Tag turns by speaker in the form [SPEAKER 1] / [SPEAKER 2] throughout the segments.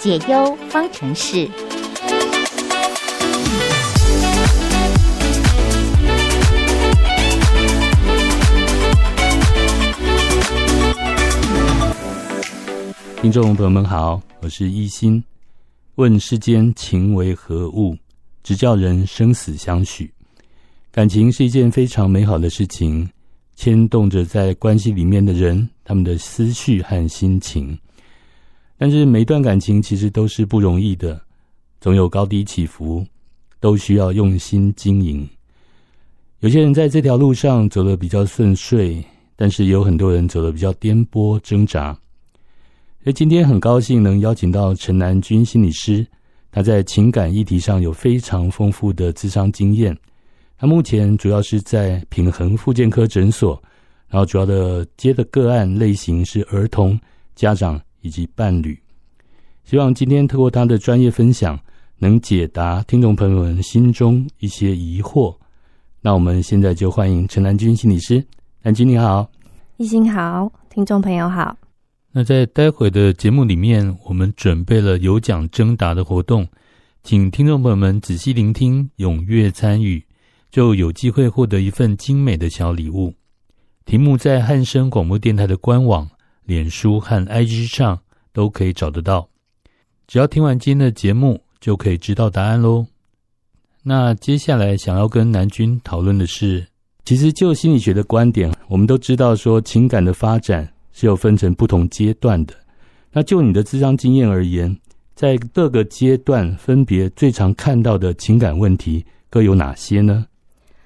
[SPEAKER 1] 解忧方程式。
[SPEAKER 2] 听众朋友们好，我是一心。问世间情为何物，直叫人生死相许。感情是一件非常美好的事情，牵动着在关系里面的人他们的思绪和心情。但是每一段感情其实都是不容易的，总有高低起伏，都需要用心经营。有些人在这条路上走得比较顺遂，但是有很多人走得比较颠簸挣扎。而今天很高兴能邀请到陈南军心理师，他在情感议题上有非常丰富的智商经验。他目前主要是在平衡复健科诊所，然后主要的接的个案类型是儿童、家长以及伴侣。希望今天透过他的专业分享，能解答听众朋友们心中一些疑惑。那我们现在就欢迎陈南军心理师，南军你好，
[SPEAKER 3] 一心好，听众朋友好。
[SPEAKER 2] 那在待会的节目里面，我们准备了有奖征答的活动，请听众朋友们仔细聆听，踊跃参与，就有机会获得一份精美的小礼物。题目在汉声广播电台的官网、脸书和 IG 上都可以找得到。只要听完今天的节目，就可以知道答案喽。那接下来想要跟南军讨论的是，其实就心理学的观点，我们都知道说情感的发展。是有分成不同阶段的。那就你的智商经验而言，在各个阶段分别最常看到的情感问题各有哪些呢？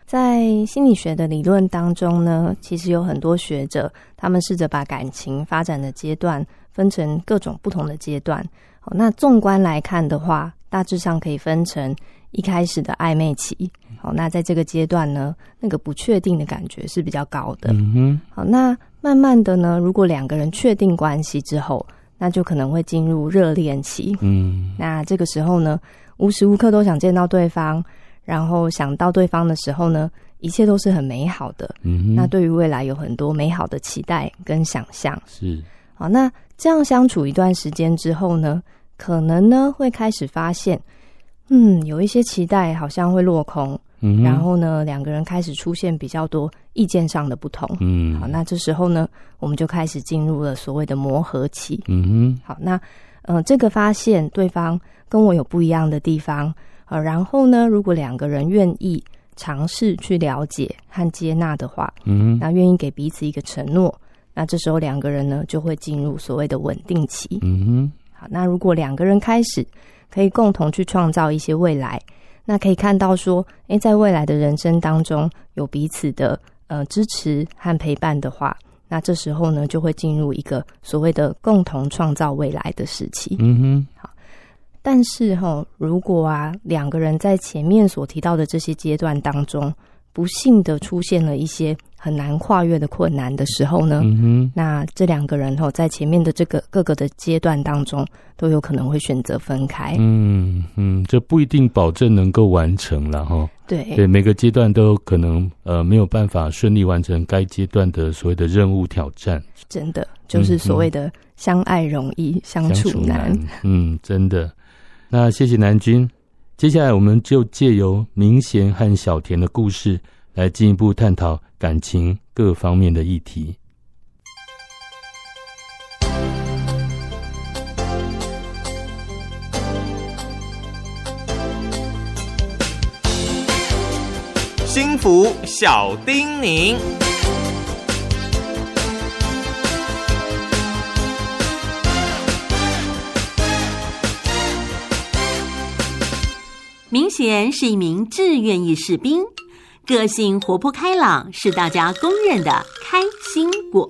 [SPEAKER 3] 在心理学的理论当中呢，其实有很多学者，他们试着把感情发展的阶段分成各种不同的阶段。好，那纵观来看的话，大致上可以分成一开始的暧昧期。好，那在这个阶段呢，那个不确定的感觉是比较高的。
[SPEAKER 2] 嗯哼，
[SPEAKER 3] 好，那慢慢的呢，如果两个人确定关系之后，那就可能会进入热恋期。
[SPEAKER 2] 嗯
[SPEAKER 3] 那这个时候呢，无时无刻都想见到对方，然后想到对方的时候呢，一切都是很美好的。
[SPEAKER 2] 嗯哼，
[SPEAKER 3] 那对于未来有很多美好的期待跟想象。
[SPEAKER 2] 是
[SPEAKER 3] 好，那这样相处一段时间之后呢，可能呢会开始发现，嗯，有一些期待好像会落空，
[SPEAKER 2] 嗯哼，
[SPEAKER 3] 然后呢，两个人开始出现比较多意见上的不同。
[SPEAKER 2] 嗯
[SPEAKER 3] 好，那这时候呢，我们就开始进入了所谓的磨合期。
[SPEAKER 2] 嗯哼
[SPEAKER 3] 好，那呃，这个发现对方跟我有不一样的地方，呃，然后呢，如果两个人愿意尝试去了解和接纳的话，
[SPEAKER 2] 嗯哼
[SPEAKER 3] 那愿意给彼此一个承诺，那这时候两个人呢就会进入所谓的稳定期。
[SPEAKER 2] 嗯哼
[SPEAKER 3] 好，那如果两个人开始可以共同去创造一些未来，那可以看到说，诶，在未来的人生当中有彼此的呃支持和陪伴的话，那这时候呢就会进入一个所谓的共同创造未来的时期。
[SPEAKER 2] 嗯哼
[SPEAKER 3] 但是哈、如果啊两个人在前面所提到的这些阶段当中，不幸的出现了一些很难跨越的困难的时候呢，
[SPEAKER 2] 嗯哼
[SPEAKER 3] 那这两个人哦，在前面的这个各个的阶段当中，都有可能会选择分开。
[SPEAKER 2] 嗯嗯，这不一定保证能够完成了哈。
[SPEAKER 3] 对
[SPEAKER 2] 对，每个阶段都有可能呃没有办法顺利完成该阶段的所谓的任务挑战。
[SPEAKER 3] 真的就是所谓的相爱容易嗯相处难。。
[SPEAKER 2] 嗯，真的。那谢谢南君。接下来我们就借由明贤和小田的故事，来进一步探讨感情各方面的议题。
[SPEAKER 4] 幸福小叮咛。
[SPEAKER 5] 明贤是一名志愿役士兵，个性活泼开朗，是大家公认的开心果。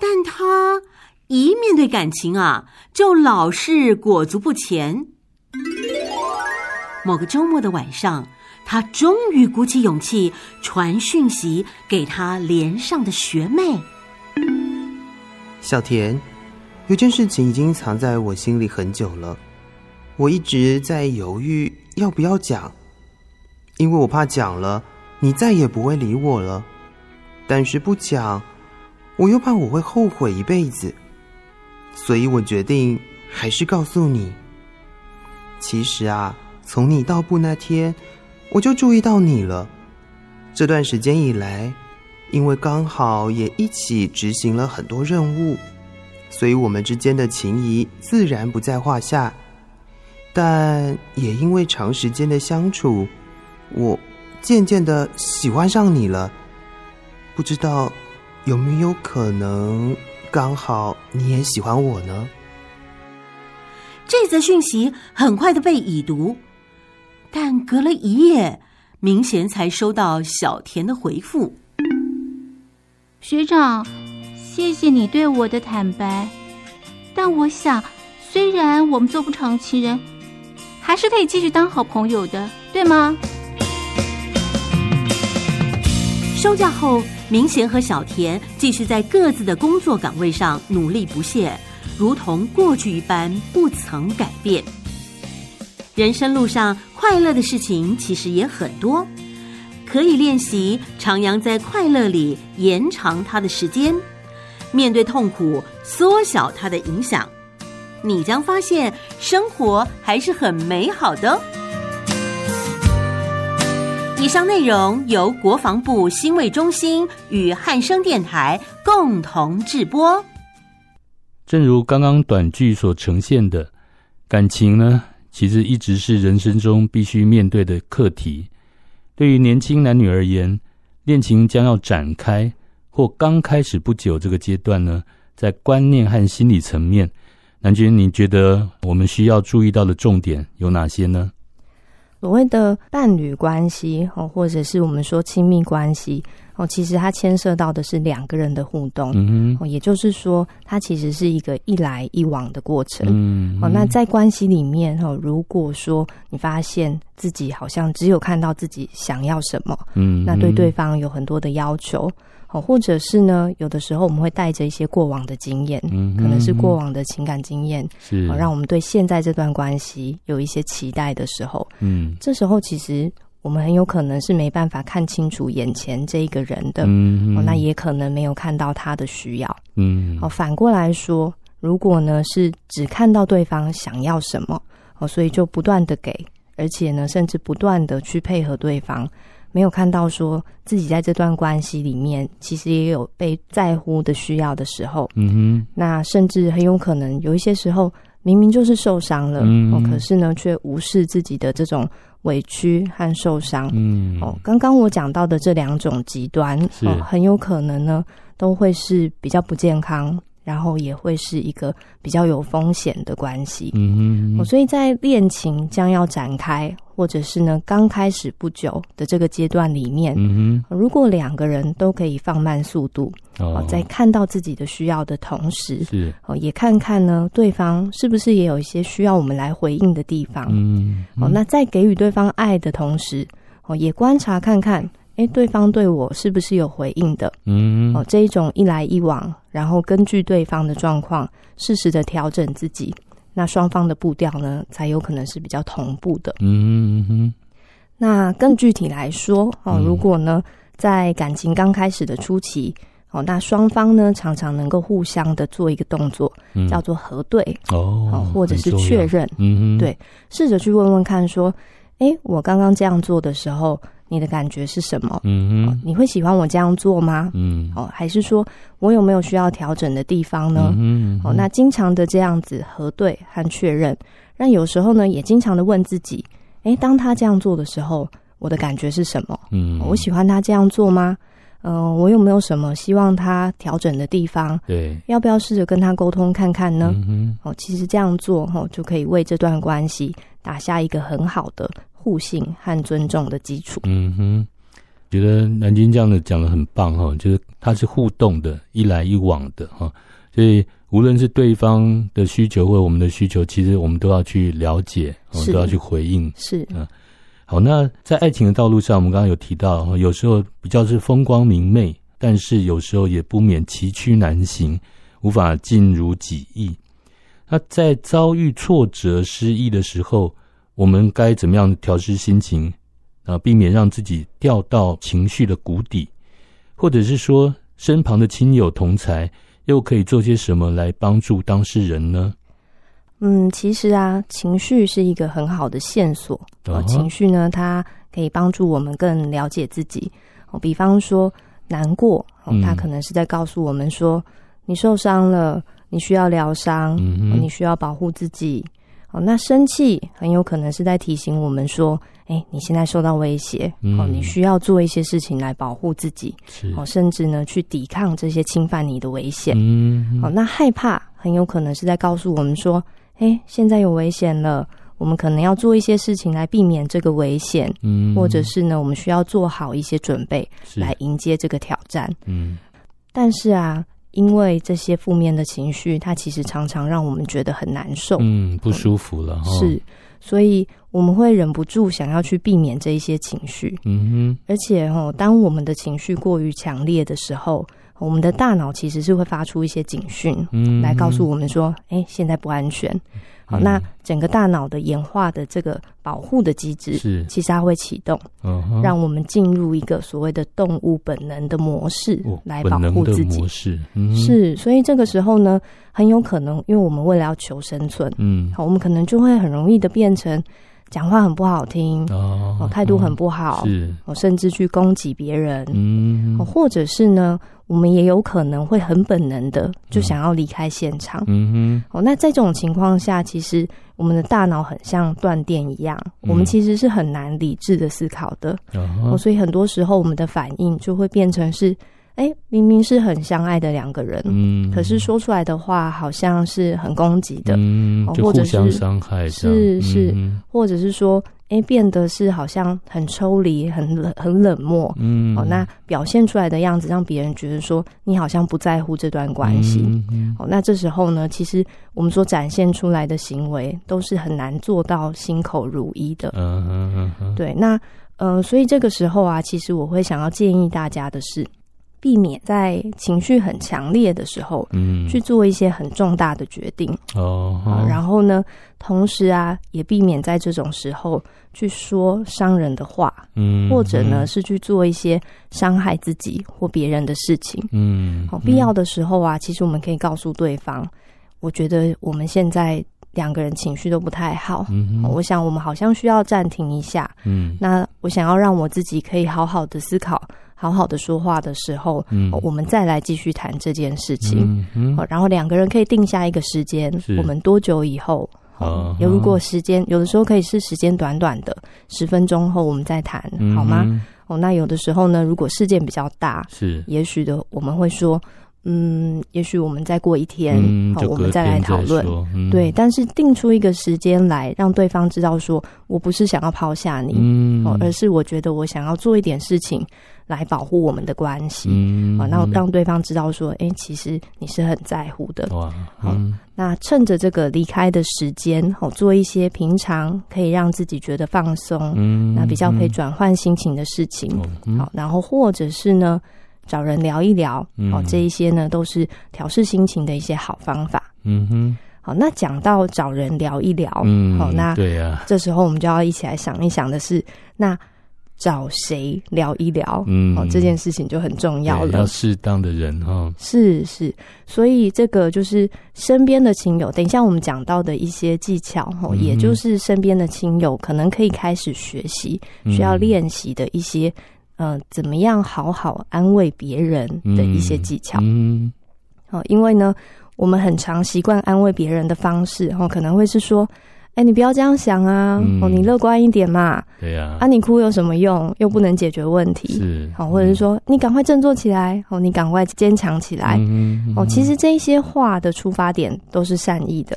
[SPEAKER 5] 但他一面对感情啊，就老是裹足不前。某个周末的晚上，他终于鼓起勇气传讯息给他连上的学妹。
[SPEAKER 6] 小田，有件事情已经藏在我心里很久了，我一直在犹豫要不要讲，因为我怕讲了你再也不会理我了，但是不讲，我又怕我会后悔一辈子，所以我决定还是告诉你。其实啊，从你到步那天，我就注意到你了。这段时间以来，因为刚好也一起执行了很多任务，所以我们之间的情谊自然不在话下。但也因为长时间的相处，我渐渐的喜欢上你了。不知道有没有可能刚好你也喜欢我呢？
[SPEAKER 5] 这则讯息很快的被已读，但隔了一夜，明贤才收到小田的回复。
[SPEAKER 7] 学长，谢谢你对我的坦白，但我想，虽然我们做不成情人，还是可以继续当好朋友的，对吗？
[SPEAKER 5] 收假后，明贤和小田继续在各自的工作岗位上努力不懈，如同过去一般不曾改变。人生路上快乐的事情其实也很多，可以练习徜徉在快乐里，延长它的时间；面对痛苦，缩小它的影响。你将发现，生活还是很美好的哦。以上内容由国防部新卫中心与汉声电台共同制播。
[SPEAKER 2] 正如刚刚短剧所呈现的，感情呢，其实一直是人生中必须面对的课题。对于年轻男女而言，恋情将要展开或刚开始不久这个阶段呢，在观念和心理层面，南君，你觉得我们需要注意到的重点有哪些呢？
[SPEAKER 3] 所谓的伴侣关系哦，或者是我们说亲密关系哦，其实它牵涉到的是两个人的互动。
[SPEAKER 2] 嗯
[SPEAKER 3] 哦，也就是说，它其实是一个一来一往的过程。
[SPEAKER 2] 嗯
[SPEAKER 3] 哦，那在关系里面哦，如果说你发现自己好像只有看到自己想要什么，
[SPEAKER 2] 嗯
[SPEAKER 3] 那对对方有很多的要求，哦，或者是呢，有的时候我们会带着一些过往的经验，
[SPEAKER 2] 嗯
[SPEAKER 3] 可能是过
[SPEAKER 2] 往
[SPEAKER 3] 往的情感经验，
[SPEAKER 2] 是
[SPEAKER 3] 哦，让我们对现在这段关系有一些期待的时候，
[SPEAKER 2] 嗯
[SPEAKER 3] 这时候其实我们很有可能是没办法看清楚眼前这一个人的，
[SPEAKER 2] 嗯
[SPEAKER 3] 哦，那也可能没有看到他的需要。
[SPEAKER 2] 嗯
[SPEAKER 3] 哦，反过来说，如果呢是只看到对方想要什么，哦，所以就不断的给，而且呢，甚至不断的去配合对方，没有看到说自己在这段关系里面其实也有被在乎的需要的时候，
[SPEAKER 2] 嗯
[SPEAKER 3] 那甚至很有可能有一些时候明明就是受伤了，
[SPEAKER 2] 嗯
[SPEAKER 3] 哦，可是呢却无视自己的这种委屈和受伤，
[SPEAKER 2] 哼嗯
[SPEAKER 3] 哦，刚刚我讲到的这两种极端，
[SPEAKER 2] 是
[SPEAKER 3] 哦，很有可能呢都会是比较不健康，然后也会是一个比较有风险的关系。
[SPEAKER 2] 嗯
[SPEAKER 3] 哦，
[SPEAKER 2] 哼
[SPEAKER 3] 所以在恋情将要展开，或者是呢刚开始不久的这个阶段里面，
[SPEAKER 2] 嗯
[SPEAKER 3] 如果两个人都可以放慢速度，
[SPEAKER 2] 哼
[SPEAKER 3] 哦，在看到自己的需要的同时，
[SPEAKER 2] 是
[SPEAKER 3] 哦，也看看呢对方是不是也有一些需要我们来回应的地方。
[SPEAKER 2] 嗯
[SPEAKER 3] 哦，那在给予对方爱的同时，哦，也观察看看，诶，对方对我是不是有回应的？
[SPEAKER 2] 嗯
[SPEAKER 3] 哦，这一种一来一往，然后根据对方的状况，适时的调整自己，那双方的步调呢，才有可能是比较同步的。
[SPEAKER 2] 嗯哼
[SPEAKER 3] 那更具体来说，哦，
[SPEAKER 2] 嗯
[SPEAKER 3] 如果呢，在感情刚开始的初期。哦，那双方呢常常能够互相的做一个动作，
[SPEAKER 2] 嗯
[SPEAKER 3] 叫做核对，哦
[SPEAKER 2] 哦，，
[SPEAKER 3] 或者是确认，
[SPEAKER 2] 嗯哼
[SPEAKER 3] 对试着去问问看，说，诶，我刚刚这样做的时候，你的感觉是什么？
[SPEAKER 2] 嗯
[SPEAKER 3] 哦
[SPEAKER 2] 哼
[SPEAKER 3] 你会喜欢我这样做吗？
[SPEAKER 2] 嗯
[SPEAKER 3] 哦，还是说我有没有需要调整的地方呢？
[SPEAKER 2] 嗯哼
[SPEAKER 3] 哦，那经常的这样子核对和确认，那有时候呢，也经常的问自己，诶，当他这样做的时候，我的感觉是什么？
[SPEAKER 2] 嗯
[SPEAKER 3] 哦我喜欢他这样做吗？嗯、我有没有什么希望他调整的地方？
[SPEAKER 2] 嗯对
[SPEAKER 3] 要不要试着跟他沟通看看呢？
[SPEAKER 2] 嗯哼
[SPEAKER 3] 哦，其实这样做哦，就可以为这段关系打下一个很好的互信和尊重的基础。
[SPEAKER 2] 嗯哼，觉得南京这样的讲的很棒哈、就是它是互动的，一来一往的哈、所以无论是对方的需求或我们的需求，其实我们都要去了解，我们
[SPEAKER 3] 是
[SPEAKER 2] 都要去回应。
[SPEAKER 3] 是
[SPEAKER 2] 好，那在爱情的道路上，我们刚刚有提到，哈有时候比较是风光明媚，但是有时候也不免崎岖难行，无法尽如己意。那在遭遇挫折、失意的时候，我们该怎么样调试心情啊，避免让自己掉到情绪的谷底，或者是说身旁的亲友同才又可以做些什么来帮助当事人呢？
[SPEAKER 3] 嗯，其实啊，情绪是一个很好的线索。
[SPEAKER 2] 啊哈
[SPEAKER 3] 哦、情绪呢，它可以帮助我们更了解自己。哦，比方说难过，哦
[SPEAKER 2] 嗯，
[SPEAKER 3] 它可能是在告诉我们说，你受伤了，你需要疗伤，
[SPEAKER 2] 嗯
[SPEAKER 3] 哦
[SPEAKER 2] 哼
[SPEAKER 3] 你需要保护自己。哦，那生气很有可能是在提醒我们说，哎、你现在受到威胁，哦，
[SPEAKER 2] 嗯
[SPEAKER 3] 你需要做一些事情来保护自己，
[SPEAKER 2] 是
[SPEAKER 3] 哦，甚至呢去抵抗这些侵犯你的危险。
[SPEAKER 2] 嗯
[SPEAKER 3] 好，那害怕很有可能是在告诉我们说，哎，现在有危险了，我们可能要做一些事情来避免这个危险，
[SPEAKER 2] 嗯
[SPEAKER 3] 或者是呢，我们需要做好一些准备
[SPEAKER 2] 是
[SPEAKER 3] 来迎接这个挑战。
[SPEAKER 2] 嗯
[SPEAKER 3] 但是啊，因为这些负面的情绪，它其实常常让我们觉得很难受，
[SPEAKER 2] 嗯不舒服了哈，
[SPEAKER 3] 是，所以我们会忍不住想要去避免这一些情绪。
[SPEAKER 2] 嗯
[SPEAKER 3] 而且哦，当我们的情绪过于强烈的时候，我们的大脑其实是会发出一些警讯，
[SPEAKER 2] 哼嗯
[SPEAKER 3] 来告诉我们说，哎、现在不安全。好，那整个大脑的演化的这个保护的机制，
[SPEAKER 2] 是
[SPEAKER 3] 其实它会启动，
[SPEAKER 2] 嗯哼
[SPEAKER 3] 让我们进入一个所谓的动物本能的模式
[SPEAKER 2] 哦
[SPEAKER 3] 来
[SPEAKER 2] 本
[SPEAKER 3] 保
[SPEAKER 2] 能
[SPEAKER 3] 护
[SPEAKER 2] 的
[SPEAKER 3] 自己
[SPEAKER 2] 模。式嗯
[SPEAKER 3] 是，所以这个时候呢，很有可能，因为我们为了要求生存，
[SPEAKER 2] 嗯
[SPEAKER 3] 好，我们可能就会很容易的变成讲话很不好听，
[SPEAKER 2] 哦
[SPEAKER 3] 哦，态度很
[SPEAKER 2] 嗯
[SPEAKER 3] 不好，
[SPEAKER 2] 是
[SPEAKER 3] 哦，甚至去攻击别人，
[SPEAKER 2] 嗯
[SPEAKER 3] 哦，或者是呢，我们也有可能会很本能的就想要离开现场。
[SPEAKER 2] 嗯哼
[SPEAKER 3] 哦，那在这种情况下，其实我们的大脑很像断电一样，
[SPEAKER 2] 嗯
[SPEAKER 3] 我们其实是很难理智的思考的。
[SPEAKER 2] 然
[SPEAKER 3] 哦，
[SPEAKER 2] 后
[SPEAKER 3] 所以很多时候我们的反应就会变成是，哎、明明是很相爱的两个人，
[SPEAKER 2] 嗯
[SPEAKER 3] 可是说出来的话好像是很攻击的，
[SPEAKER 2] 嗯
[SPEAKER 3] 哦
[SPEAKER 2] 就
[SPEAKER 3] 或
[SPEAKER 2] 互
[SPEAKER 3] 者
[SPEAKER 2] 相
[SPEAKER 3] 是
[SPEAKER 2] 伤害这样
[SPEAKER 3] 是是
[SPEAKER 2] 嗯
[SPEAKER 3] 或者是说，哎、变得是好像很抽离、很冷、很冷漠。
[SPEAKER 2] 嗯
[SPEAKER 3] 哦，那表现出来的样子让别人觉得说你好像不在乎这段关系。
[SPEAKER 2] 嗯嗯
[SPEAKER 3] 哦，那这时候呢，其实我们所展现出来的行为都是很难做到心口如一的。
[SPEAKER 2] 嗯哼嗯哼
[SPEAKER 3] 对，那呃，所以这个时候啊，其实我会想要建议大家的是，避免在情绪很强烈的时候
[SPEAKER 2] 嗯
[SPEAKER 3] 去做一些很重大的决定。
[SPEAKER 2] 哦
[SPEAKER 3] 啊，
[SPEAKER 2] 后
[SPEAKER 3] 然后呢，同时啊，也避免在这种时候去说伤人的话，
[SPEAKER 2] 嗯
[SPEAKER 3] 或者呢
[SPEAKER 2] 嗯
[SPEAKER 3] 是去做一些伤害自己或别人的事情。
[SPEAKER 2] 嗯
[SPEAKER 3] 好，必要的时候啊，其实我们可以告诉对方，我觉得我们现在两个人情绪都不太好，
[SPEAKER 2] 嗯
[SPEAKER 3] 好
[SPEAKER 2] 哼
[SPEAKER 3] 我想我们好像需要暂停一下。
[SPEAKER 2] 嗯
[SPEAKER 3] 那我想要让我自己可以好好的思考、好好的说话的时候，
[SPEAKER 2] 嗯
[SPEAKER 3] 哦我们再来继续谈这件事情。
[SPEAKER 2] 嗯
[SPEAKER 3] 好
[SPEAKER 2] 哼
[SPEAKER 3] 然后两个人可以定下一个时间
[SPEAKER 2] 是，
[SPEAKER 3] 我们多久以后？
[SPEAKER 2] 啊
[SPEAKER 3] 好有如果时间有的时候可以是时间短短的，十分钟后我们再谈，好吗？
[SPEAKER 2] 嗯哼
[SPEAKER 3] 哦，那有的时候呢，如果事件比较大，
[SPEAKER 2] 是
[SPEAKER 3] 也许的我们会说，嗯，也许我们再过一天，
[SPEAKER 2] 嗯
[SPEAKER 3] 好
[SPEAKER 2] 就
[SPEAKER 3] 哦我
[SPEAKER 2] 隔
[SPEAKER 3] 们再来
[SPEAKER 2] 天
[SPEAKER 3] 讨论。
[SPEAKER 2] 说嗯
[SPEAKER 3] 对，但是定出一个时间来，让对方知道说我不是想要抛下你，
[SPEAKER 2] 嗯
[SPEAKER 3] 哦，而是我觉得我想要做一点事情来保护我们的关系。
[SPEAKER 2] 嗯
[SPEAKER 3] 哦，那让对方知道说，哎、其实你是很在乎的。
[SPEAKER 2] 哇
[SPEAKER 3] 好
[SPEAKER 2] 嗯
[SPEAKER 3] 那趁着这个离开的时间，哦，做一些平常可以让自己觉得放松，
[SPEAKER 2] 嗯
[SPEAKER 3] 那比较可以
[SPEAKER 2] 嗯
[SPEAKER 3] 转换心情的事情。
[SPEAKER 2] 哦嗯
[SPEAKER 3] 好，然后或者是呢，找人聊一聊，
[SPEAKER 2] 嗯
[SPEAKER 3] 哦，这一些呢都是调试心情的一些好方法。
[SPEAKER 2] 嗯哼
[SPEAKER 3] 好，那讲到找人聊一聊，
[SPEAKER 2] 嗯
[SPEAKER 3] 好，那
[SPEAKER 2] 对呀
[SPEAKER 3] 这时候我们就要一起来想一想的是，那找谁聊一聊？
[SPEAKER 2] 嗯
[SPEAKER 3] 哦，这件事情就很重要
[SPEAKER 2] 对
[SPEAKER 3] 了
[SPEAKER 2] 要。适当的人哈
[SPEAKER 3] 是是，所以这个就是身边的亲友。等一下我们讲到的一些技巧，哦，
[SPEAKER 2] 嗯哼
[SPEAKER 3] 也就是身边的亲友可能可以开始学习，需要
[SPEAKER 2] 嗯
[SPEAKER 3] 练习的一些，呃，怎么样好好安慰别人的一些
[SPEAKER 2] 嗯
[SPEAKER 3] 技巧。
[SPEAKER 2] 嗯
[SPEAKER 3] 哦，因为呢，我们很常习惯安慰别人的方式，哦，可能会是说，哎，你不要这样想啊，哦，
[SPEAKER 2] 嗯
[SPEAKER 3] 你乐观一点嘛，
[SPEAKER 2] 对呀
[SPEAKER 3] 啊，你哭有什么用？又不能解决问题，
[SPEAKER 2] 是嗯
[SPEAKER 3] 好、或者是说，你赶快振作起来，哦，你赶快坚强起来，
[SPEAKER 2] 嗯嗯
[SPEAKER 3] 哦，其实这一些话的出发点都是善意的，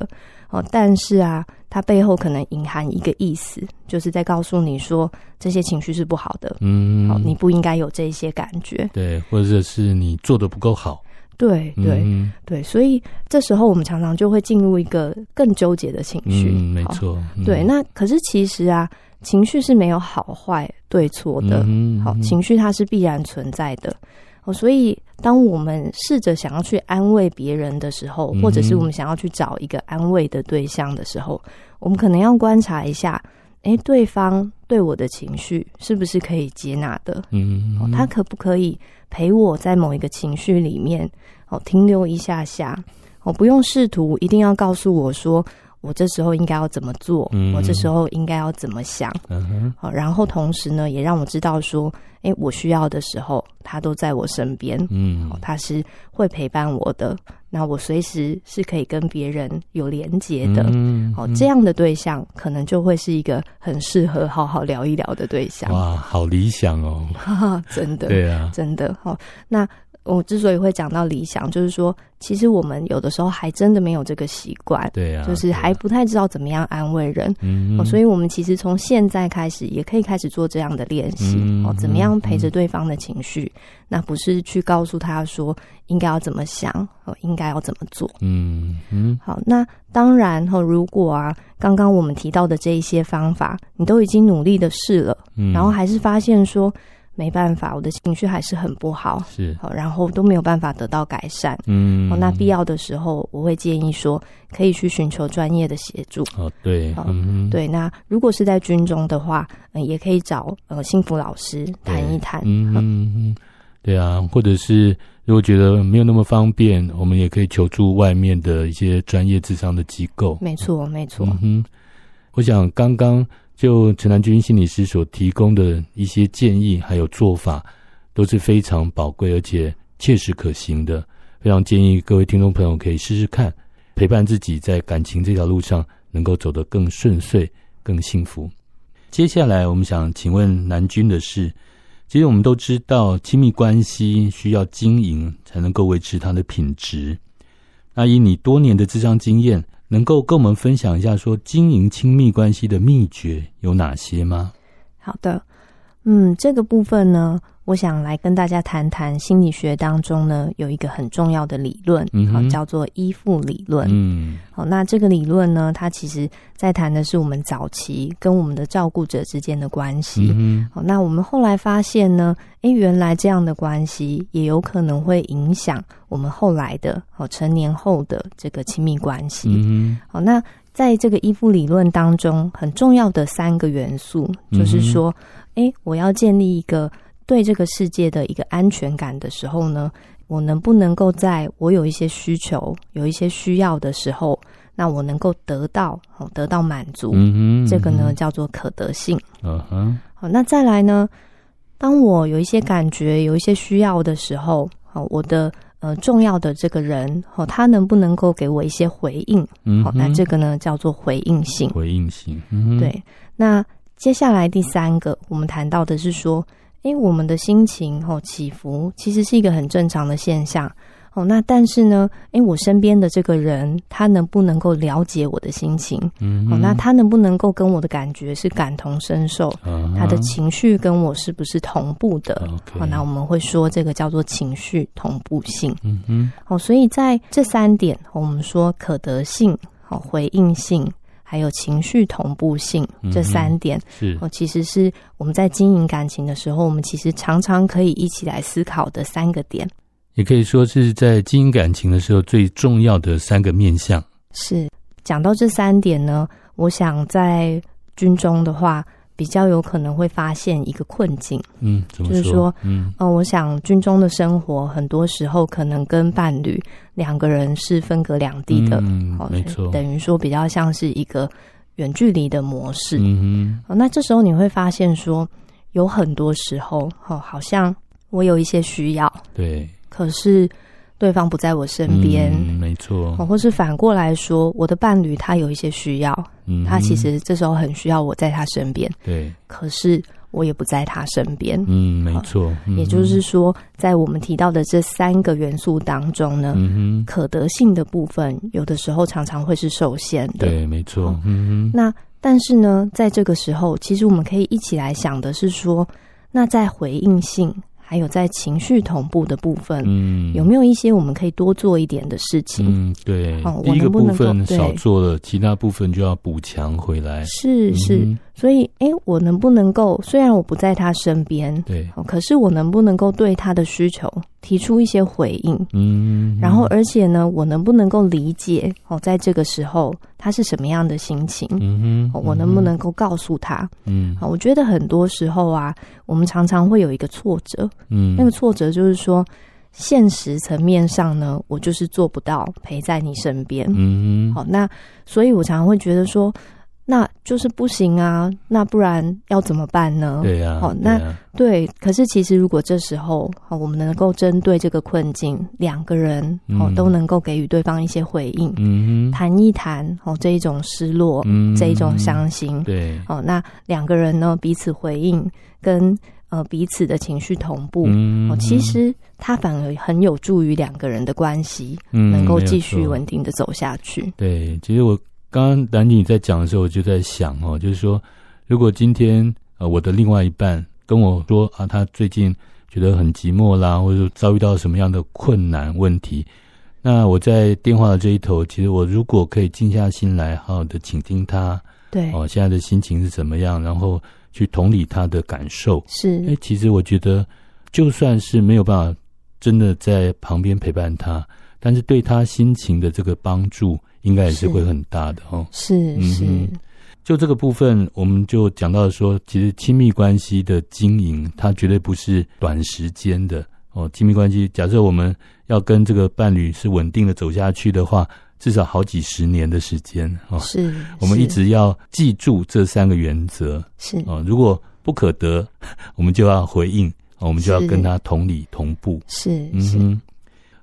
[SPEAKER 3] 哦，但是啊，它背后可能隐含一个意思，就是在告诉你说这些情绪是不好的，
[SPEAKER 2] 嗯
[SPEAKER 3] 哦，你不应该有这一些感觉，
[SPEAKER 2] 对，或者是你做的不够好，
[SPEAKER 3] 对对、
[SPEAKER 2] 嗯
[SPEAKER 3] 对，所以这时候我们常常就会进入一个更纠结的情绪，
[SPEAKER 2] 嗯，没
[SPEAKER 3] 好
[SPEAKER 2] 错，嗯
[SPEAKER 3] 对，那可是其实啊，情绪是没有好坏对错的，
[SPEAKER 2] 嗯
[SPEAKER 3] 好
[SPEAKER 2] 嗯，
[SPEAKER 3] 情绪它是必然存在的。哦，所以当我们试着想要去安慰别人的时候
[SPEAKER 2] 嗯，哼
[SPEAKER 3] 或者是我们想要去找一个安慰的对象的时候，我们可能要观察一下，诶，对方对我的情绪是不是可以接纳的？
[SPEAKER 2] 嗯
[SPEAKER 3] 哦，他可不可以陪我在某一个情绪里面哦停留一下下？哦，不用试图一定要告诉我说我这时候应该要怎么做，
[SPEAKER 2] 嗯
[SPEAKER 3] 我这时候应该要怎么想，
[SPEAKER 2] 嗯哼，
[SPEAKER 3] 好，然后同时呢，也让我知道说，诶，我需要的时候，他都在我身边，
[SPEAKER 2] 嗯
[SPEAKER 3] 好，他是会陪伴我的，那我随时是可以跟别人有连接的。
[SPEAKER 2] 嗯
[SPEAKER 3] 好，这样的对象可能就会是一个很适合好好聊一聊的对象，
[SPEAKER 2] 哇，好理想哦，
[SPEAKER 3] 真的。
[SPEAKER 2] 对啊，
[SPEAKER 3] 真的哦。那我之所以会讲到理想，就是说，其实我们有的时候还真的没有这个习惯，
[SPEAKER 2] 对啊，
[SPEAKER 3] 就是还不太知道怎么样安慰人。
[SPEAKER 2] 嗯
[SPEAKER 3] 哦，
[SPEAKER 2] 哼，
[SPEAKER 3] 所以我们其实从现在开始也可以开始做这样的练习、
[SPEAKER 2] 嗯
[SPEAKER 3] 哦，怎么样陪着对方的情绪？那不是去告诉他说应该要怎么想，哦，应该要怎么做。
[SPEAKER 2] 嗯嗯
[SPEAKER 3] 好，那当然哈、哦，如果啊，刚刚我们提到的这一些方法，你都已经努力的试了，
[SPEAKER 2] 嗯，
[SPEAKER 3] 哦然后还是发现说没办法，我的情绪还是很不好，
[SPEAKER 2] 是
[SPEAKER 3] 好，然后都没有办法得到改善。
[SPEAKER 2] 嗯
[SPEAKER 3] 哦，那必要的时候，我会建议说，可以去寻求专业的协助。
[SPEAKER 2] 哦对，
[SPEAKER 3] 好
[SPEAKER 2] 嗯哼，
[SPEAKER 3] 对，那如果是在军中的话，嗯、也可以找呃幸福老师
[SPEAKER 2] 对
[SPEAKER 3] 谈一谈。
[SPEAKER 2] 嗯嗯嗯，对啊，或者是如果觉得没有那么方便，我们也可以求助外面的一些专业智商的机构。
[SPEAKER 3] 没错，没错。
[SPEAKER 2] 嗯哼，我想刚刚就陈南军心理师所提供的一些建议还有做法，都是非常宝贵而且切实可行的。非常建议各位听众朋友可以试试看，陪伴自己在感情这条路上能够走得更顺遂、更幸福。接下来，我们想请问南军的是，其实我们都知道，亲密关系需要经营才能够维持它的品质。那以你多年的智商经验，能够跟我们分享一下说经营亲密关系的秘诀有哪些吗？
[SPEAKER 3] 好的，嗯，这个部分呢，我想来跟大家谈谈心理学当中呢有一个很重要的理论，
[SPEAKER 2] 嗯
[SPEAKER 3] 好、
[SPEAKER 2] 哼
[SPEAKER 3] 叫做依附理论。
[SPEAKER 2] 嗯
[SPEAKER 3] 好，那这个理论呢，它其实在谈的是我们早期跟我们的照顾者之间的关系。
[SPEAKER 2] 嗯
[SPEAKER 3] 好，那我们后来发现呢，诶，原来这样的关系也有可能会影响我们后来的哦成年后的这个亲密关系。
[SPEAKER 2] 嗯
[SPEAKER 3] 好，那在这个依附理论当中，很重要的三个元素
[SPEAKER 2] 嗯哼
[SPEAKER 3] 就是说，诶，我要建立一个对这个世界的一个安全感的时候呢，我能不能够在我有一些需求、有一些需要的时候，那我能够得到哦，得到满足，
[SPEAKER 2] 嗯
[SPEAKER 3] 这个呢，叫做可得性。
[SPEAKER 2] 嗯哼，
[SPEAKER 3] 好，那再来呢？当我有一些感觉、有一些需要的时候，好，我的呃重要的这个人，好，他能不能够给我一些回应？
[SPEAKER 2] 嗯
[SPEAKER 3] 好，那这个呢叫做回应性。
[SPEAKER 2] 回应性，嗯，
[SPEAKER 3] 对，那接下来第三个，我们谈到的是说，诶，我们的心情哦起伏，其实是一个很正常的现象。哦，那但是呢，诶，我身边的这个人，他能不能够了解我的心情？
[SPEAKER 2] 嗯
[SPEAKER 3] 哦，那他能不能够跟我的感觉是感同身受？他的情绪跟我是不是同步的？
[SPEAKER 2] 嗯 OK，
[SPEAKER 3] 好，那我们会说这个叫做情绪同步性。
[SPEAKER 2] 嗯哼，
[SPEAKER 3] 哦，所以在这三点，哦我们说可得性、哦回应性，还有情绪同步性
[SPEAKER 2] 嗯哼
[SPEAKER 3] 这三点，
[SPEAKER 2] 是
[SPEAKER 3] 哦，其实是我们在经营感情的时候，我们其实常常可以一起来思考的三个点。
[SPEAKER 2] 也可以说是在经营感情的时候最重要的三个面向。
[SPEAKER 3] 是讲到这三点呢，我想在军中的话，比较有可能会发现一个困境。
[SPEAKER 2] 嗯，怎么
[SPEAKER 3] 就是说
[SPEAKER 2] 嗯
[SPEAKER 3] 嗯、我想军中的生活很多时候可能跟伴侣两个人是分隔两地的，
[SPEAKER 2] 嗯
[SPEAKER 3] 哦
[SPEAKER 2] 没
[SPEAKER 3] 所以
[SPEAKER 2] 错，
[SPEAKER 3] 等于说比较像是一个远距离的模式。
[SPEAKER 2] 嗯
[SPEAKER 3] 哦，那这时候你会发现说，有很多时候，哦，好像我有一些需要，
[SPEAKER 2] 哼，对，
[SPEAKER 3] 可是对方不在我身边。
[SPEAKER 2] 嗯没错
[SPEAKER 3] 哦，，或是反过来说，我的伴侣他有一些需要，
[SPEAKER 2] 嗯
[SPEAKER 3] 他其
[SPEAKER 2] 哼
[SPEAKER 3] 实这时候很需要我在他身边，
[SPEAKER 2] 对，
[SPEAKER 3] 可是我也不在他身边。
[SPEAKER 2] 嗯，没
[SPEAKER 3] 好
[SPEAKER 2] 错，
[SPEAKER 3] 也
[SPEAKER 2] 嗯
[SPEAKER 3] 就是
[SPEAKER 2] 哼，
[SPEAKER 3] 说，在我们提到的这三个元素当中呢，
[SPEAKER 2] 嗯哼，
[SPEAKER 3] 可得性的部分有的时候常常会是受限的。
[SPEAKER 2] 对，没错
[SPEAKER 3] 好，
[SPEAKER 2] 嗯哼，
[SPEAKER 3] 那但是呢，在这个时候，其实我们可以一起来想的是说，那在回应性还有在情绪同步的部分，
[SPEAKER 2] 嗯，
[SPEAKER 3] 有没有一些我们可以多做一点的事情？
[SPEAKER 2] 嗯，对，
[SPEAKER 3] 哦
[SPEAKER 2] 第
[SPEAKER 3] 我
[SPEAKER 2] 一个
[SPEAKER 3] 能不
[SPEAKER 2] 部
[SPEAKER 3] 能够
[SPEAKER 2] 分少
[SPEAKER 3] 对
[SPEAKER 2] 做了，其他部分就要补强回来。
[SPEAKER 3] 是是，
[SPEAKER 2] 嗯哼
[SPEAKER 3] 所以诶，我能不能够虽然我不在他身边，
[SPEAKER 2] 对，
[SPEAKER 3] 哦可是我能不能够对他的需求提出一些回应？
[SPEAKER 2] 嗯，
[SPEAKER 3] 然后，而且呢，我能不能够理解哦，在这个时候他是什么样的心情？
[SPEAKER 2] 嗯
[SPEAKER 3] 哦
[SPEAKER 2] 哼，
[SPEAKER 3] 我能不能够告诉他？
[SPEAKER 2] 嗯
[SPEAKER 3] 啊，我觉得很多时候啊，我们常常会有一个挫折，
[SPEAKER 2] 嗯
[SPEAKER 3] 那个挫折就是说，现实层面上呢，我就是做不到陪在你身边。
[SPEAKER 2] 嗯哼，
[SPEAKER 3] 好，那所以我常常会觉得说，那就是不行啊，那不然要怎么办呢？
[SPEAKER 2] 对呀、
[SPEAKER 3] 好
[SPEAKER 2] 对
[SPEAKER 3] 那
[SPEAKER 2] 呀
[SPEAKER 3] 对，可是其实如果这时候好，我们能够针对这个困境，两个人哦
[SPEAKER 2] 嗯
[SPEAKER 3] 都能够给予对方一些回应，
[SPEAKER 2] 嗯哼，
[SPEAKER 3] 谈一谈哦这一种失落，
[SPEAKER 2] 嗯
[SPEAKER 3] 这一种伤心，
[SPEAKER 2] 对，
[SPEAKER 3] 哦，那两个人呢彼此回应，跟呃彼此的情绪同步，
[SPEAKER 2] 嗯
[SPEAKER 3] 哦，
[SPEAKER 2] 哼
[SPEAKER 3] 其实它反而很有助于两个人的关系
[SPEAKER 2] 嗯
[SPEAKER 3] 能够
[SPEAKER 2] 没有
[SPEAKER 3] 继续
[SPEAKER 2] 错
[SPEAKER 3] 稳定的走下去。
[SPEAKER 2] 对，其实我刚刚兰你在讲的时候，我就在想哦，就是说，如果今天呃我的另外一半跟我说啊，他最近觉得很寂寞啦，或者说遭遇到什么样的困难问题，那我在电话的这一头，其实我如果可以静下心来，好好的倾听他
[SPEAKER 3] 对，
[SPEAKER 2] 哦现在的心情是怎么样，然后去同理他的感受，
[SPEAKER 3] 是，
[SPEAKER 2] 哎，其实我觉得，就算是没有办法真的在旁边陪伴他，但是对他心情的这个帮助，应该也是
[SPEAKER 3] 是
[SPEAKER 2] 会很大的哦。
[SPEAKER 3] 是
[SPEAKER 2] 嗯
[SPEAKER 3] 是，
[SPEAKER 2] 哼就这个部分，我们就讲到说，其实亲密关系的经营，它绝对不是短时间的哦。亲密关系，假设我们要跟这个伴侣是稳定的走下去的话，至少好几十年的时间哦。
[SPEAKER 3] 是，
[SPEAKER 2] 我们
[SPEAKER 3] 是
[SPEAKER 2] 一直要记住这三个原则，
[SPEAKER 3] 是
[SPEAKER 2] 哦，如果不可得， 我们就要回应，哦我们就要
[SPEAKER 3] 是
[SPEAKER 2] 跟他同理同步。
[SPEAKER 3] 是
[SPEAKER 2] 嗯
[SPEAKER 3] 是，
[SPEAKER 2] 哼，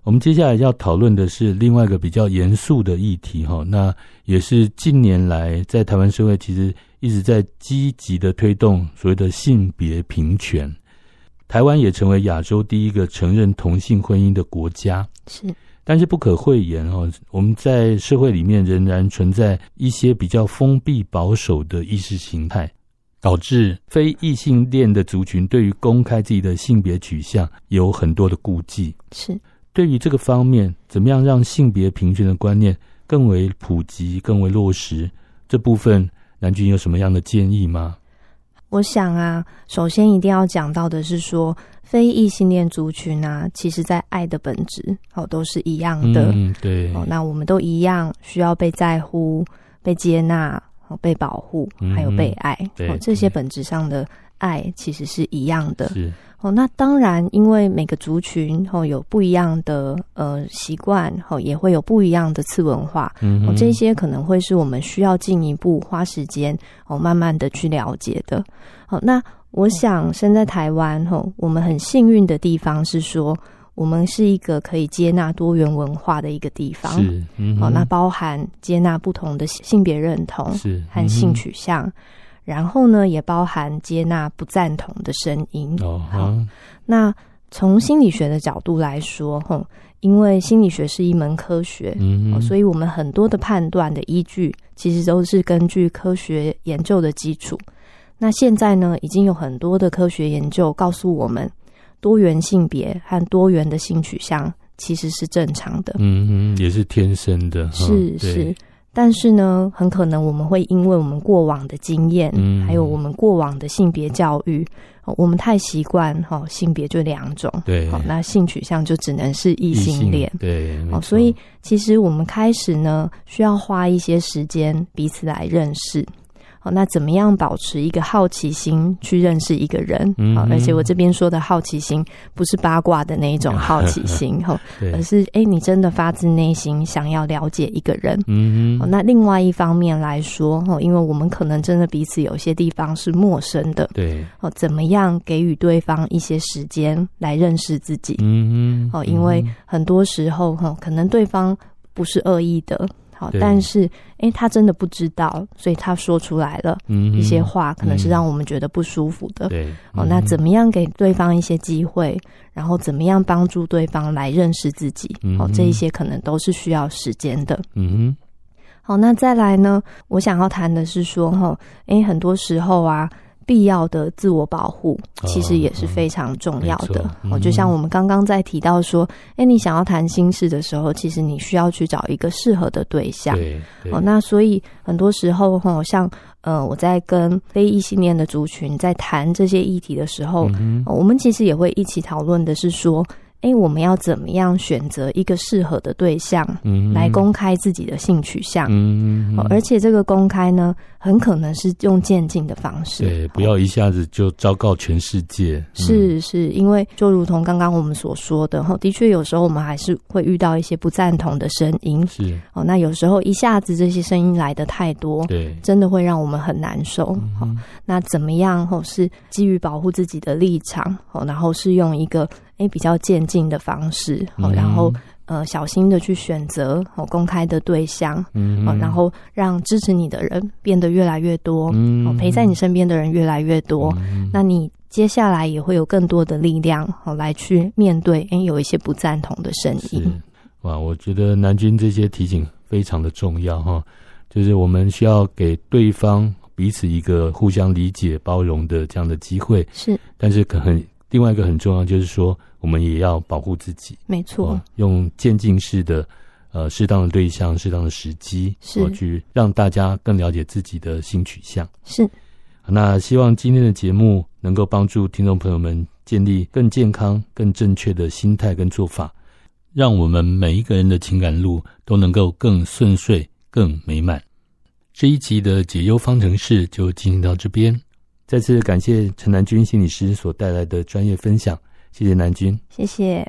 [SPEAKER 2] 我们接下来要讨论的是另外一个比较严肃的议题哈、那也是近年来在台湾社会其实一直在积极的推动所谓的性别平权。台湾也成为亚洲第一个承认同性婚姻的国家。
[SPEAKER 3] 是
[SPEAKER 2] 但是不可讳言哦，我们在社会里面仍然存在一些比较封闭保守的意识形态，导致非异性恋的族群对于公开自己的性别取向有很多的顾忌。
[SPEAKER 3] 是
[SPEAKER 2] 对于这个方面，怎么样让性别平权的观念更为普及、更为落实？这部分南君有什么样的建议吗？
[SPEAKER 3] 我想啊，首先一定要讲到的是说，非异性恋族群啊，其实在爱的本质哦都是一样的。
[SPEAKER 2] 嗯，对，
[SPEAKER 3] 哦，那我们都一样需要被在乎、被接纳、哦、被保护，还有被
[SPEAKER 2] 嗯
[SPEAKER 3] 爱。
[SPEAKER 2] 对
[SPEAKER 3] 哦，这些
[SPEAKER 2] 对
[SPEAKER 3] 本质上的爱其实是一样的。
[SPEAKER 2] 是，
[SPEAKER 3] 哦，那当然，因为每个族群哦有不一样的呃习惯，哦也会有不一样的次文化。
[SPEAKER 2] 嗯
[SPEAKER 3] 哦，
[SPEAKER 2] 哼，
[SPEAKER 3] 这些可能会是我们需要进一步花时间哦，慢慢的去了解的。好、那我想身在台湾哦，我们很幸运的地方是说，我们是一个可以接纳多元文化的一个地方。
[SPEAKER 2] 是，嗯
[SPEAKER 3] 哦，
[SPEAKER 2] 哼，
[SPEAKER 3] 那包含接纳不同的性别认同
[SPEAKER 2] 是
[SPEAKER 3] 和
[SPEAKER 2] 嗯
[SPEAKER 3] 性
[SPEAKER 2] 哼
[SPEAKER 3] 取向，然后呢，也包含接纳不赞同的声音。
[SPEAKER 2] 哦，
[SPEAKER 3] 好
[SPEAKER 2] 哈
[SPEAKER 3] 那从心理学的角度来说，吼，因为心理学是一门科学，
[SPEAKER 2] 嗯
[SPEAKER 3] 哦，
[SPEAKER 2] 哼，
[SPEAKER 3] 所以我们很多的判断的依据，其实都是根据科学研究的基础。那现在呢，已经有很多的科学研究告诉我们，多元性别和多元的性取向其实是正常的。
[SPEAKER 2] 嗯哼，也是天生的，哈
[SPEAKER 3] 是
[SPEAKER 2] 对
[SPEAKER 3] 是，但是呢，很可能我们会因为我们过往的经验，
[SPEAKER 2] 嗯
[SPEAKER 3] 还有我们过往的性别教育，哦我们太习惯哈、哦性别就两种，
[SPEAKER 2] 对
[SPEAKER 3] 好、那性取向就只能是异
[SPEAKER 2] 异
[SPEAKER 3] 性恋。
[SPEAKER 2] 对，没
[SPEAKER 3] 哦，
[SPEAKER 2] 错
[SPEAKER 3] 所以其实我们开始呢，需要花一些时间彼此来认识。哦，那怎么样保持一个好奇心去认识一个人？
[SPEAKER 2] 嗯
[SPEAKER 3] 哦
[SPEAKER 2] 哼
[SPEAKER 3] 而且我这边说的好奇心，不是八卦的那一种好奇 心，哦，
[SPEAKER 2] 对，
[SPEAKER 3] 而是诶，你真的发自内心想要了解一个人。
[SPEAKER 2] 嗯
[SPEAKER 3] 哦，
[SPEAKER 2] 哼，
[SPEAKER 3] 那另外一方面来说，哦，因为我们可能真的彼此有些地方是陌生的，
[SPEAKER 2] 对，
[SPEAKER 3] 哦，怎么样给予对方一些时间来认识自己？
[SPEAKER 2] 嗯哼，
[SPEAKER 3] 哦，因为
[SPEAKER 2] 嗯哼
[SPEAKER 3] 很多时候哈、哦可能对方不是恶意的，好、
[SPEAKER 2] 对
[SPEAKER 3] 但是诶，他真的不知道，所以他说出来了、
[SPEAKER 2] 嗯哼
[SPEAKER 3] 一些话，可能
[SPEAKER 2] 嗯
[SPEAKER 3] 是让我们觉得不舒服的。
[SPEAKER 2] 对，嗯
[SPEAKER 3] 哦，那怎
[SPEAKER 2] 么
[SPEAKER 3] 么样给对方一些机会，然后怎么样帮助对方来认识自己？哦
[SPEAKER 2] 嗯，
[SPEAKER 3] 这一些可能都是需要时间的。
[SPEAKER 2] 嗯
[SPEAKER 3] 好，那再来呢？我想要谈的是说，哈，诶，很多时候啊，必要的自我保护
[SPEAKER 2] 哦
[SPEAKER 3] 其实也是非常重要的
[SPEAKER 2] 没错。
[SPEAKER 3] 哦，
[SPEAKER 2] 嗯
[SPEAKER 3] 就像我们刚刚在提到说，诶，你想要谈心事的时候，其实你需要去找一个适合的对
[SPEAKER 2] 哼，
[SPEAKER 3] 象。
[SPEAKER 2] 对，对
[SPEAKER 3] 哦，那所以很多时候哈、像呃，我在跟非异性恋的族群在谈这些议题的时候，哦
[SPEAKER 2] 嗯哼
[SPEAKER 3] 哦我们其实也会一起讨论的是说，哎，我们要怎么样选择一个适合的对象
[SPEAKER 2] 嗯
[SPEAKER 3] 来公开自己的性取向？
[SPEAKER 2] 嗯，
[SPEAKER 3] 哦而且这个公开呢，很可能是用渐进的方式。
[SPEAKER 2] 对，不要一下子就昭告全世界。嗯，
[SPEAKER 3] 哦是是，因为就如同刚刚我们所说的，哈，的确有时候我们还是会遇到一些不赞同的声音，
[SPEAKER 2] 是，
[SPEAKER 3] 哦，那有时候一下子这些声音来的太多，
[SPEAKER 2] 对，嗯
[SPEAKER 3] 真的会让我们很难受。好、那怎么样？吼、是基于保护自己的立场，哦，然后是用一个诶比较渐进的方式，哦，然后
[SPEAKER 2] 嗯
[SPEAKER 3] 呃小心的去选择哦公开的对象，
[SPEAKER 2] 嗯，
[SPEAKER 3] 哦，然后让支持你的人变得越来越多，
[SPEAKER 2] 嗯
[SPEAKER 3] 哦，陪在你身边的人越来越多，那你接下来也会有更多的力量哦来去面对，诶有一些不赞同的声
[SPEAKER 2] 是
[SPEAKER 3] 音，
[SPEAKER 2] 哇，我觉得南军这些提醒非常的重要哈，就是我们需要给对方彼此一个互相理解、包容的这样的机会，
[SPEAKER 3] 是
[SPEAKER 2] 但是可很另外一个很重要就是说，我们也要保护自己，
[SPEAKER 3] 没错。
[SPEAKER 2] 哦用渐进式的。呃，适当的对象、适当的时机，
[SPEAKER 3] 是
[SPEAKER 2] 哦去让大家更了解自己的性取向。
[SPEAKER 3] 是，
[SPEAKER 2] 那希望今天的节目能够帮助听众朋友们建立更健康、更正确的心态跟做法，让我们每一个人的情感路都能够更顺遂、更美满。这一集的解忧方程式就进行到这边，再次感谢陈南军心理师所带来的专业分享，谢谢南军。
[SPEAKER 3] 谢谢。